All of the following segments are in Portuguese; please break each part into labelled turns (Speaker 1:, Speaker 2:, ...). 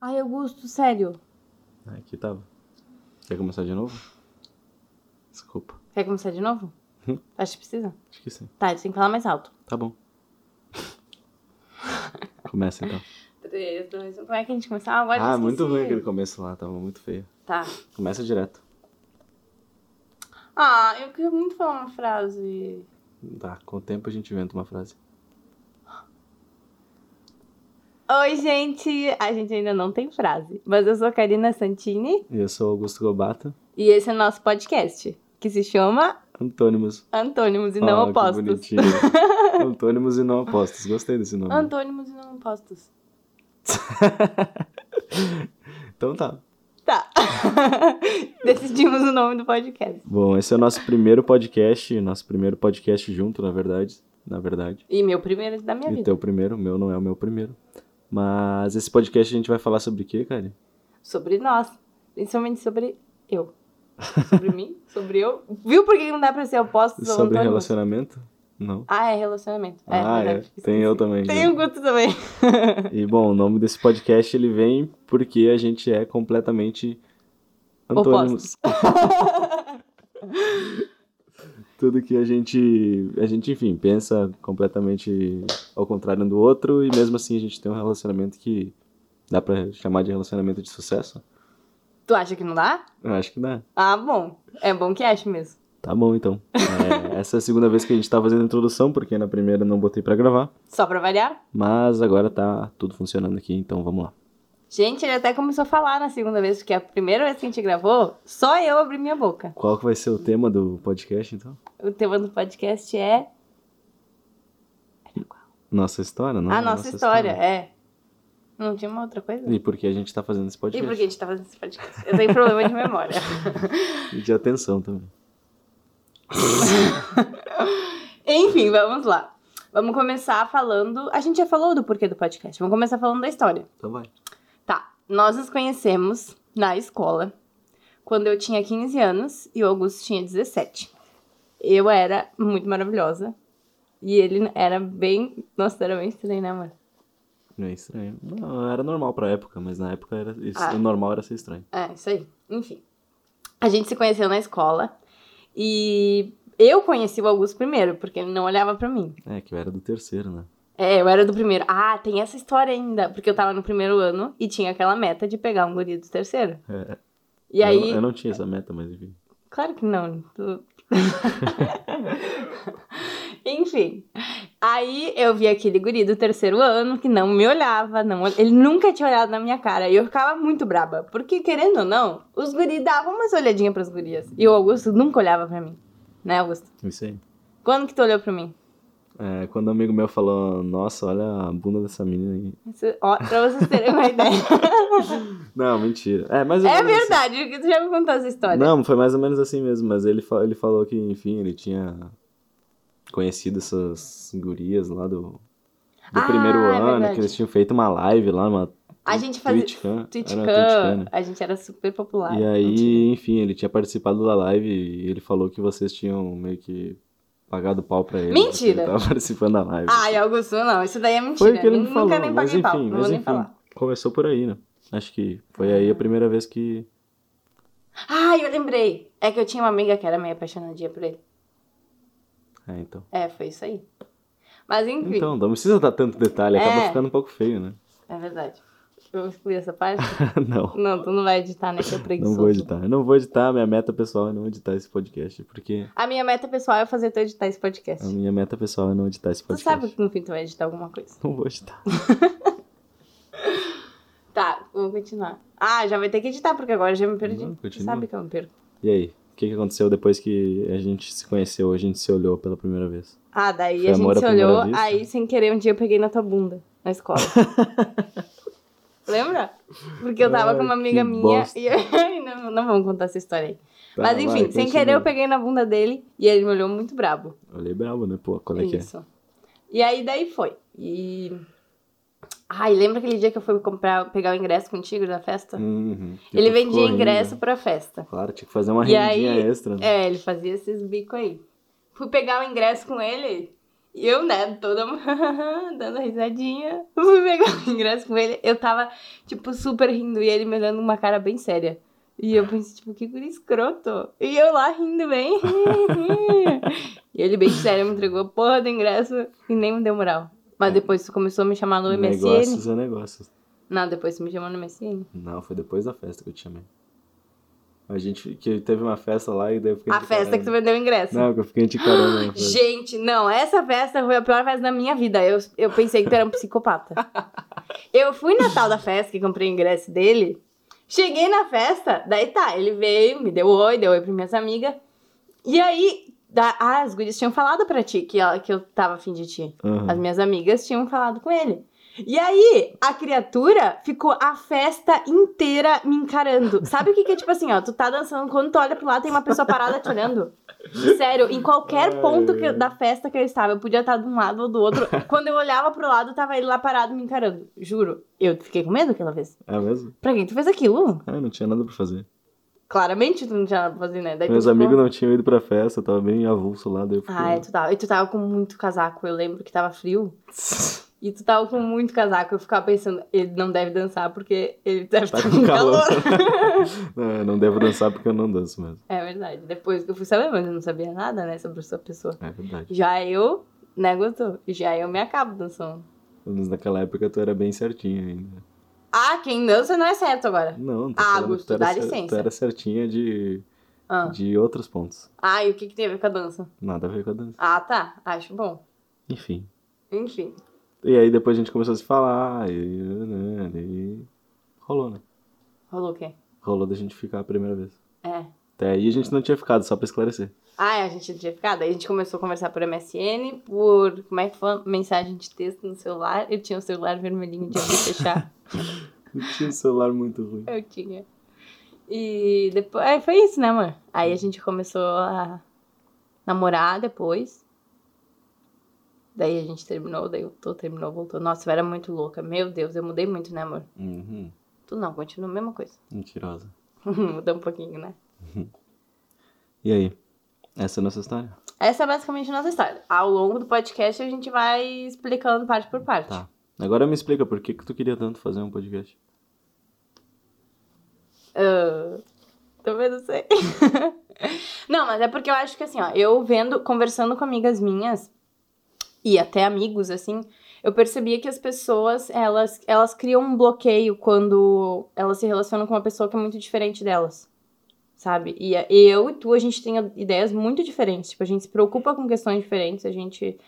Speaker 1: Ai, Augusto, sério.
Speaker 2: Ah, Aqui tava. Quer começar de novo? Desculpa.
Speaker 1: Quer começar de novo?
Speaker 2: Hum.
Speaker 1: Acho que precisa.
Speaker 2: Acho que sim.
Speaker 1: Tá, tem que falar mais alto.
Speaker 2: Tá bom. Começa então.
Speaker 1: 3, 2, 1. Como é que a gente começava? Agora eu
Speaker 2: ah,
Speaker 1: esqueci.
Speaker 2: muito ruim aquele começo lá, tava muito feio.
Speaker 1: Tá.
Speaker 2: Começa direto.
Speaker 1: Ah, eu queria muito falar uma frase.
Speaker 2: Tá, com o tempo a gente inventa uma frase.
Speaker 1: Oi, gente! A gente ainda não tem frase, mas eu sou Karina Santini
Speaker 2: E eu sou Augusto Gobata,
Speaker 1: e esse é o nosso podcast, que se chama
Speaker 2: Antônimos.
Speaker 1: Antônimos e Não
Speaker 2: Ah, Que
Speaker 1: Opostos.
Speaker 2: bonitinho. Antônimos e não apostos. Gostei desse nome.
Speaker 1: Antônimos e Não Opostos.
Speaker 2: Então tá.
Speaker 1: Tá. Decidimos o nome do podcast.
Speaker 2: Bom, esse é o nosso primeiro podcast, nosso primeiro podcast junto, na verdade. Na verdade.
Speaker 1: E meu primeiro da minha
Speaker 2: E
Speaker 1: vida.
Speaker 2: teu primeiro, o meu não é o meu primeiro. Mas esse podcast a gente vai falar sobre o quê, cara?
Speaker 1: Sobre nós. Principalmente sobre eu. Sobre mim? Sobre eu? Viu por que não dá pra ser opostos ou
Speaker 2: sobre
Speaker 1: antônimos?
Speaker 2: relacionamento? Não.
Speaker 1: Ah, é relacionamento. É,
Speaker 2: ah, é.
Speaker 1: verdade.
Speaker 2: Tem eu também. né?
Speaker 1: Tem o Guto também.
Speaker 2: E bom, o nome desse podcast ele vem porque a gente é completamente antônimos. Tudo que a gente, a gente, enfim, pensa completamente ao contrário um do outro e mesmo assim a gente tem um relacionamento que dá pra chamar de relacionamento de sucesso?
Speaker 1: Tu acha que não dá?
Speaker 2: Eu acho que dá.
Speaker 1: Ah, bom. É bom que ache mesmo.
Speaker 2: Tá bom, então. É, essa é a segunda vez que a gente tá fazendo a introdução, porque na primeira eu não botei pra gravar.
Speaker 1: Só pra variar.
Speaker 2: Mas agora tá tudo funcionando aqui, então vamos lá.
Speaker 1: Gente, ele até começou a falar na segunda vez, porque a primeira vez que a gente gravou, só eu abri minha boca.
Speaker 2: Qual que vai ser o tema do podcast, então?
Speaker 1: O tema do podcast é
Speaker 2: Nossa história, não?
Speaker 1: a nossa, história. É. Não tinha uma outra coisa?
Speaker 2: E por que a gente tá fazendo esse
Speaker 1: E
Speaker 2: podcast?
Speaker 1: por que a gente tá fazendo esse podcast? Eu tenho problema de memória.
Speaker 2: E de atenção também.
Speaker 1: Enfim, vamos lá. Vamos começar falando. A gente já falou do porquê do podcast. Vamos começar falando da história.
Speaker 2: Então vai.
Speaker 1: Tá. Nós nos conhecemos na escola quando eu tinha 15 anos e o Augusto tinha 17. Eu era muito maravilhosa e ele era bem. Nossa, era bem estranho, né, amor?
Speaker 2: Não é estranho. Não, era normal pra época, mas na época era isso-
Speaker 1: Ah.
Speaker 2: o normal era ser estranho.
Speaker 1: É, isso aí. Enfim. A gente se conheceu na escola e eu conheci o Augusto primeiro, porque ele não olhava pra mim.
Speaker 2: É, que eu era do terceiro, né?
Speaker 1: É, eu era do primeiro. Ah, tem essa história ainda. Porque eu tava no primeiro ano e tinha aquela meta de pegar um guri do terceiro.
Speaker 2: É.
Speaker 1: E
Speaker 2: eu,
Speaker 1: aí.
Speaker 2: eu não tinha essa meta, mas enfim.
Speaker 1: Claro que não. tu- Enfim. Aí eu vi aquele guri do terceiro ano que não me olhava. não ol- Ele nunca tinha olhado na minha cara. E eu ficava muito braba. Porque, querendo ou não, os guris davam umas olhadinhas pras gurias. E o Augusto nunca olhava pra mim. Né, Augusto?
Speaker 2: Isso aí.
Speaker 1: Quando que tu olhou pra mim?
Speaker 2: É, quando um amigo meu falou, nossa, olha a bunda dessa menina aí.
Speaker 1: Isso- ó, pra vocês terem uma ideia.
Speaker 2: Não, mentira. É, mas
Speaker 1: É verdade, porque tu já me contou essa história.
Speaker 2: Não, foi mais ou menos assim mesmo, mas ele, fa- ele falou que, enfim, ele tinha conhecido essas gurias lá do, do
Speaker 1: Ah,
Speaker 2: primeiro
Speaker 1: é
Speaker 2: ano,
Speaker 1: verdade.
Speaker 2: que eles tinham feito uma live lá, uma
Speaker 1: A gente fazia
Speaker 2: Twitchcam,
Speaker 1: Twitchcam,
Speaker 2: era uma Twitchcam, né?
Speaker 1: a gente era super popular.
Speaker 2: E
Speaker 1: Mentira.
Speaker 2: aí, enfim, ele tinha participado da live e ele falou que vocês tinham meio que pagado pau pra ele. porque
Speaker 1: Mentira!
Speaker 2: Ele tava participando da live.
Speaker 1: Ai, Augusto, não, isso daí é mentira.
Speaker 2: foi o que ele me
Speaker 1: Nunca
Speaker 2: falou,
Speaker 1: nem
Speaker 2: mas
Speaker 1: paguei
Speaker 2: enfim,
Speaker 1: pau, não
Speaker 2: mas
Speaker 1: vou nem
Speaker 2: enfim,
Speaker 1: falar.
Speaker 2: começou por aí, né? Acho que foi
Speaker 1: Ah.
Speaker 2: aí a primeira vez que...
Speaker 1: Ai, eu lembrei. É que eu tinha uma amiga que era meio apaixonadinha por ele.
Speaker 2: É, então.
Speaker 1: É, foi isso aí. Mas enfim,
Speaker 2: Então, não precisa dar tanto detalhe,
Speaker 1: É.
Speaker 2: acaba ficando um pouco feio, né?
Speaker 1: é verdade. Eu excluí essa parte?
Speaker 2: não.
Speaker 1: não, tu não vai editar, né, que eu
Speaker 2: Não
Speaker 1: preguiçoso.
Speaker 2: vou editar. Eu não vou editar. Minha meta pessoal é não editar esse podcast. Porque
Speaker 1: A minha meta pessoal é fazer tu editar esse podcast.
Speaker 2: a minha meta pessoal é não editar esse
Speaker 1: tu
Speaker 2: podcast.
Speaker 1: sabe que no fim tu vai editar alguma coisa.
Speaker 2: Não vou editar.
Speaker 1: Tá, vamos continuar. Ah, já vai ter que editar, porque agora eu já me perdi.
Speaker 2: Não,
Speaker 1: tu
Speaker 2: continua.
Speaker 1: sabe que eu me perco.
Speaker 2: E aí? O que, que aconteceu depois que a gente se conheceu, a gente se olhou pela primeira vez?
Speaker 1: Ah, daí
Speaker 2: Foi
Speaker 1: a gente
Speaker 2: amor à
Speaker 1: se olhou,
Speaker 2: primeira vista?
Speaker 1: aí sem querer um dia eu peguei na tua bunda, na escola. Lembra? Porque eu tava
Speaker 2: Ai,
Speaker 1: com uma amiga
Speaker 2: que
Speaker 1: minha
Speaker 2: bosta.
Speaker 1: e eu... não, não vamos contar essa história aí.
Speaker 2: Tá,
Speaker 1: Mas enfim,
Speaker 2: vai,
Speaker 1: sem
Speaker 2: continua.
Speaker 1: querer eu peguei na bunda dele e ele me olhou muito brabo.
Speaker 2: Olhei brabo, né? Pô, qual é que é?
Speaker 1: Isso. E aí daí foi. E. Ai, lembra aquele dia que eu fui comprar, pegar o ingresso contigo da festa?
Speaker 2: Uhum. E
Speaker 1: ele
Speaker 2: tu
Speaker 1: vendia
Speaker 2: ficou rindo.
Speaker 1: ingresso pra festa.
Speaker 2: Claro, tinha que fazer uma
Speaker 1: E
Speaker 2: rendinha
Speaker 1: aí-
Speaker 2: extra. né?
Speaker 1: É, ele fazia esses bicos aí. Fui pegar o ingresso com ele E eu, né, toda dando risadinha, fui pegar o ingresso com ele. Eu tava, tipo, super rindo e ele me olhando com uma cara bem séria. E eu pensei, tipo, que guri escroto. E eu lá rindo bem. e ele bem sério me entregou a porra do ingresso e nem me deu moral. Mas depois tu começou a me chamar no MSN.
Speaker 2: Negócios é negócios.
Speaker 1: Não, depois tu me chamou no MSN.
Speaker 2: Não, foi depois da festa que eu te chamei. A gente que teve uma festa lá e daí eu fiquei
Speaker 1: A
Speaker 2: de
Speaker 1: festa que tu
Speaker 2: carona.
Speaker 1: vendeu o ingresso.
Speaker 2: Não, que eu fiquei de carona. na festa.
Speaker 1: Gente, não, essa festa foi a pior festa da minha vida. Eu, eu pensei que tu era um psicopata. Eu fui na tal da festa que comprei o ingresso dele. Cheguei na festa, daí tá, ele veio, me deu oi, deu oi para minhas amigas. E aí, da- ah, as gurias tinham falado pra ti que, ela, que eu tava afim de ti.
Speaker 2: Aham.
Speaker 1: As minhas amigas tinham falado com ele. E aí, a criatura ficou a festa inteira me encarando. Sabe o que, que é tipo assim, ó? Tu tá dançando, quando tu olha pro lado, tem uma pessoa parada te olhando. Sério, em qualquer
Speaker 2: Ai,
Speaker 1: ponto
Speaker 2: ai,
Speaker 1: que-
Speaker 2: ai.
Speaker 1: da festa que eu estava, eu podia estar de um lado ou do outro. Quando eu olhava pro lado, tava ele lá parado me encarando. Juro. Eu fiquei com medo aquela vez.
Speaker 2: É mesmo?
Speaker 1: Pra quem tu fez aquilo?
Speaker 2: Ah, não tinha nada pra fazer.
Speaker 1: Claramente tu não tinha nada pra fazer, né? Daí tu
Speaker 2: Meus
Speaker 1: ficou-
Speaker 2: amigos não tinham ido pra festa, eu tava bem avulso lá, daí eu fiquei...
Speaker 1: Ah, é, tu tava. E tu tava com muito casaco, eu lembro que tava frio. E tu tava com muito casaco, eu ficava pensando, ele não deve dançar porque ele deve
Speaker 2: Tá
Speaker 1: estar
Speaker 2: com calor. não, eu não devo dançar porque eu não danço mesmo.
Speaker 1: É verdade. Depois que eu fui saber, mas eu não sabia nada, né, sobre essa pessoa.
Speaker 2: É verdade.
Speaker 1: Já eu, né, gostou? Já eu me acabo dançando.
Speaker 2: Mas naquela época tu era bem certinha ainda.
Speaker 1: Ah, quem dança não é certo agora.
Speaker 2: Não, não tô
Speaker 1: Ah,
Speaker 2: falando que
Speaker 1: Augusto,
Speaker 2: tu era,
Speaker 1: dá
Speaker 2: cer-
Speaker 1: licença.
Speaker 2: Tu era certinha de,
Speaker 1: Ah,
Speaker 2: de outros pontos.
Speaker 1: ah e o que, que tem a ver com a dança?
Speaker 2: Nada a ver com a dança.
Speaker 1: Ah, tá. Acho bom.
Speaker 2: Enfim.
Speaker 1: Enfim.
Speaker 2: E aí depois a gente começou a se falar, e, né, e rolou, né?
Speaker 1: Rolou o quê?
Speaker 2: Rolou da gente ficar a primeira vez.
Speaker 1: É.
Speaker 2: Até aí a gente não tinha ficado, só pra esclarecer.
Speaker 1: Ah, é, a gente não tinha ficado. Aí a gente começou a conversar por MSN, por. Como é que foi? Mensagem de texto no celular. Eu tinha o celular vermelhinho de abrir e fechar.
Speaker 2: Eu tinha um celular muito ruim.
Speaker 1: Eu tinha. E depois. Aí foi isso, né, amor? Aí a gente começou a namorar depois. Daí a gente terminou, daí voltou, terminou, voltou. Nossa, eu era muito louca. Meu Deus, eu mudei muito, né, amor?
Speaker 2: Uhum.
Speaker 1: Tu não, continua a mesma coisa.
Speaker 2: Mentirosa.
Speaker 1: Mudou um pouquinho, né?
Speaker 2: E aí? Essa é a nossa história?
Speaker 1: Essa é basicamente a nossa história. Ao longo do podcast a gente vai explicando parte por parte.
Speaker 2: Tá. Agora me explica por que, que tu queria tanto fazer um podcast.
Speaker 1: Também não sei. não, mas é porque eu acho que assim, ó, eu vendo, conversando com amigas minhas e até amigos, assim, eu percebia que as pessoas, elas, elas criam um bloqueio quando elas se relacionam com uma pessoa que é muito diferente delas. Sabe? E a- eu e tu, a gente tem ideias muito diferentes. Tipo, a gente se preocupa com questões diferentes, a gente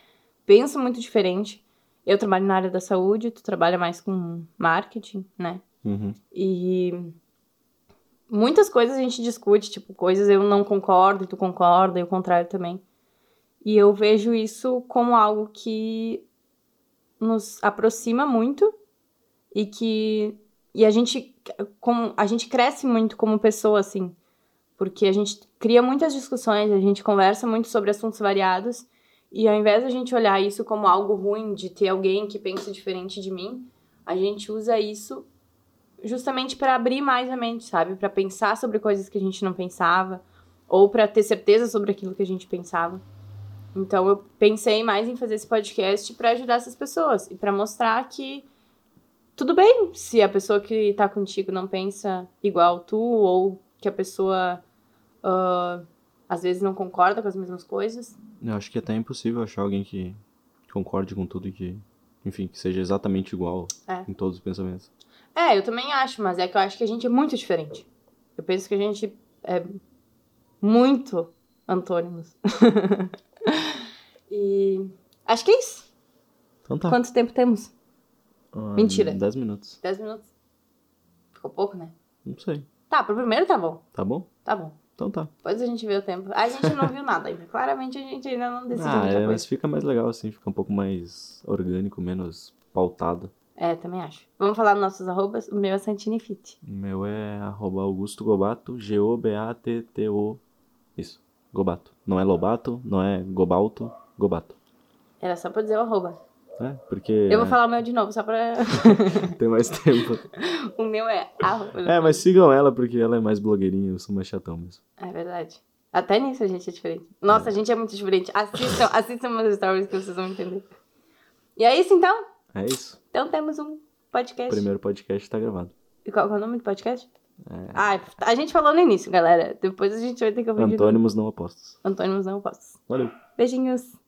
Speaker 1: pensa muito diferente. Eu trabalho na área da saúde, tu trabalha mais com marketing, né?
Speaker 2: Uhum.
Speaker 1: E muitas coisas a gente discute, tipo, coisas eu não concordo e tu concorda, e o contrário também. E eu vejo isso como algo que nos aproxima muito e que e a gente como a gente cresce muito como pessoa assim, porque a gente cria muitas discussões, a gente conversa muito sobre assuntos variados e ao invés da gente olhar isso como algo ruim de ter alguém que pensa diferente de mim, a gente usa isso justamente para abrir mais a mente, sabe? Para pensar sobre coisas que a gente não pensava ou para ter certeza sobre aquilo que a gente pensava. Então eu pensei mais em fazer esse podcast para ajudar essas pessoas e para mostrar que tudo bem se a pessoa que tá contigo não pensa igual tu ou que a pessoa ah, às vezes não concorda com as mesmas coisas.
Speaker 2: Eu acho que é até impossível achar alguém que concorde com tudo e que, enfim, que seja exatamente igual
Speaker 1: É.
Speaker 2: em todos os pensamentos.
Speaker 1: É, eu também acho, mas é que eu acho que a gente é muito diferente. Eu penso que a gente é muito antônimos. e acho que é isso.
Speaker 2: Então tá.
Speaker 1: Quanto tempo temos?
Speaker 2: Ah,
Speaker 1: Mentira.
Speaker 2: 10 minutos.
Speaker 1: Dez minutos. Ficou pouco, né?
Speaker 2: Não sei.
Speaker 1: Tá, pro primeiro tá bom.
Speaker 2: Tá bom?
Speaker 1: Tá bom.
Speaker 2: Então tá.
Speaker 1: Depois a gente vê o tempo. A gente não viu nada ainda. Claramente a gente ainda não decidiu
Speaker 2: ah,
Speaker 1: muita
Speaker 2: é, mas
Speaker 1: coisa.
Speaker 2: fica mais legal assim, fica um pouco mais orgânico, menos pautado.
Speaker 1: É, também acho. Vamos falar nossos arrobas? O meu é Santini Fit.
Speaker 2: O meu é arroba Augusto Gobato, G-O-B-A-T-T-O. Isso, Gobato. Não é Lobato, não é Gobalto, Gobato.
Speaker 1: Era só pra dizer o arroba.
Speaker 2: É, porque
Speaker 1: Eu vou falar o meu de novo, só pra...
Speaker 2: tem mais tempo.
Speaker 1: o meu é arroba.
Speaker 2: É, mas sigam ela porque ela é mais blogueirinha, eu sou mais chatão mesmo.
Speaker 1: É verdade. Até nisso a gente é diferente. Nossa, a gente é muito diferente. Assistam, assistam meus stories que vocês vão entender. E é isso então?
Speaker 2: É isso.
Speaker 1: Então temos um podcast.
Speaker 2: O primeiro podcast tá gravado.
Speaker 1: E qual, qual é o nome do podcast? Ah, a gente falou no início, galera. Depois a gente vai ter que ouvir de novo.
Speaker 2: Antônimos não apostos.
Speaker 1: Antônimos não posso.
Speaker 2: Valeu.
Speaker 1: Beijinhos.